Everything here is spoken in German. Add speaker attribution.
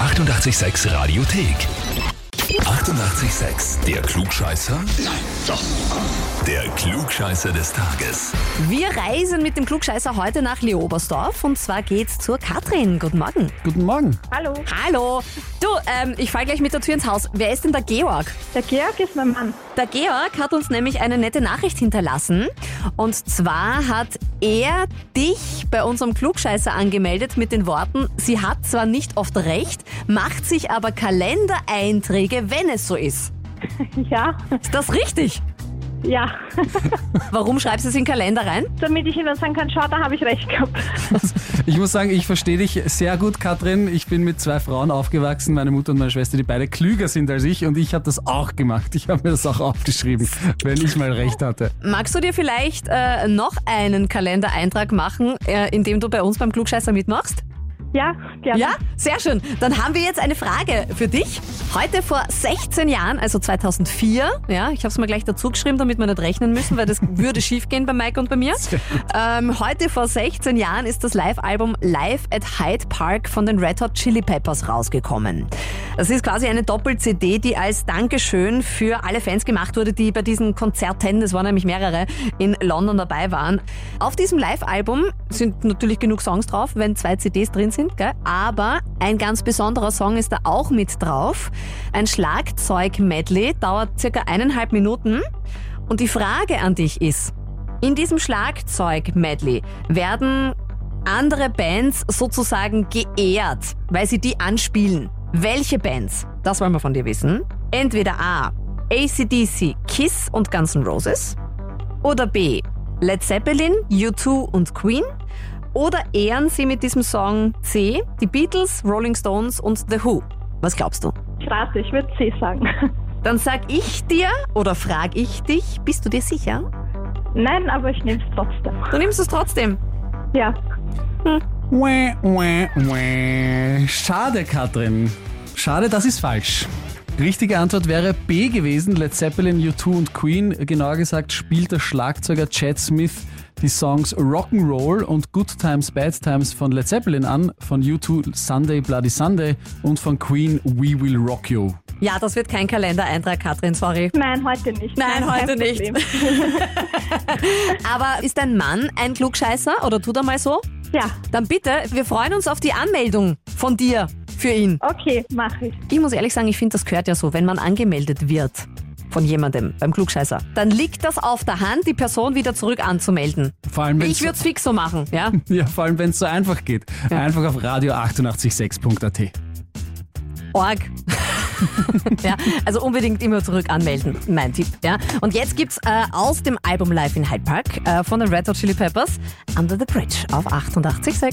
Speaker 1: 886 Radiothek. 88,6. Der Klugscheißer? Nein, doch. Der Klugscheißer des Tages.
Speaker 2: Wir reisen mit dem Klugscheißer heute nach Leobersdorf und zwar geht's zur Katrin. Guten Morgen.
Speaker 3: Guten Morgen.
Speaker 4: Hallo,
Speaker 2: Hallo. Du, ähm, ich fall gleich mit der Tür ins Haus. Wer ist denn der Georg?
Speaker 4: der Georg ist mein Mann.
Speaker 2: Der Georg hat uns nämlich eine nette Nachricht hinterlassen. Und zwar hat er dich bei unserem Klugscheißer angemeldet mit den Worten, sie hat zwar nicht oft recht, macht sich aber Kalendereinträge, wenn es so ist.
Speaker 4: Ja,
Speaker 2: Ist das richtig?
Speaker 4: ja.
Speaker 2: Warum schreibst du es in den Kalender rein?
Speaker 4: Damit ich ihm dann sagen kann, schau, da habe ich recht gehabt.
Speaker 3: Ich muss sagen, ich verstehe dich sehr gut, Katrin. Ich bin mit zwei Frauen aufgewachsen, meine Mutter und meine Schwester, die beide klüger sind als ich. Und ich habe das auch gemacht. Ich habe mir das auch aufgeschrieben, wenn ich mal recht hatte.
Speaker 2: Magst du dir vielleicht äh, noch einen Kalendereintrag machen, äh, in dem du bei uns beim Klugscheißer mitmachst?
Speaker 4: Ja, gerne.
Speaker 2: Ja, sehr schön. Dann haben wir jetzt eine Frage für dich. Heute vor 16 Jahren, also 2004, ja, ich habe es mal gleich dazu geschrieben, damit wir nicht rechnen müssen, weil das würde schief gehen bei Mike und bei mir. Ähm, heute vor 16 Jahren ist das Live-Album Live at Hyde Park von den Red Hot Chili Peppers rausgekommen. Das ist quasi eine Doppel-CD, die als Dankeschön für alle Fans gemacht wurde, die bei diesen Konzerten, es waren nämlich mehrere, in London dabei waren. Auf diesem Live-Album sind natürlich genug Songs drauf, wenn zwei CDs drin sind, gell? aber ein ganz besonderer Song ist da auch mit drauf. Ein Schlagzeug-Medley dauert circa eineinhalb Minuten. Und die Frage an dich ist, in diesem Schlagzeug-Medley werden andere Bands sozusagen geehrt, weil sie die anspielen. Welche Bands? Das wollen wir von dir wissen. Entweder A. ACDC, Kiss und Guns N' Roses. Oder B. Led Zeppelin, U2 und Queen. Oder ehren sie mit diesem Song C. Die Beatles, Rolling Stones und The Who. Was glaubst du?
Speaker 4: Ich rate, ich würde C sagen.
Speaker 2: Dann sag ich dir oder frag ich dich, bist du dir sicher?
Speaker 4: Nein, aber ich nehme es trotzdem.
Speaker 2: Du nimmst es trotzdem.
Speaker 4: Ja,
Speaker 3: Wah, wah, wah. Schade, Katrin. Schade, das ist falsch. Richtige Antwort wäre B gewesen. Led Zeppelin, U2 und Queen. Genauer gesagt spielt der Schlagzeuger Chad Smith die Songs Rock'n'Roll und Good Times, Bad Times von Led Zeppelin an, von U2 Sunday, Bloody Sunday und von Queen We Will Rock You.
Speaker 2: Ja, das wird kein Kalendereintrag, Katrin, sorry.
Speaker 4: nein, heute nicht.
Speaker 2: Nein,
Speaker 4: kein
Speaker 2: heute nicht.
Speaker 4: Problem.
Speaker 2: Aber ist dein Mann ein Klugscheißer oder tut er mal so?
Speaker 4: Ja,
Speaker 2: Dann bitte, wir freuen uns auf die Anmeldung von dir für ihn.
Speaker 4: okay, mache ich.
Speaker 2: Ich muss ehrlich sagen, ich finde, das gehört ja so, wenn man angemeldet wird von jemandem beim Klugscheißer, dann liegt das auf der Hand, die Person wieder zurück anzumelden.
Speaker 3: Vor allem, wenn's-
Speaker 2: Ich würde es fix so machen, ja?
Speaker 3: ja, vor allem, wenn es so einfach geht. Einfach auf radio886.at.
Speaker 2: Org. ja, also unbedingt immer zurück anmelden, mein Tipp. Ja. Und jetzt gibt's äh, aus dem Album Live in Hyde Park äh, von den Red Hot Chili Peppers Under the Bridge auf 88.6.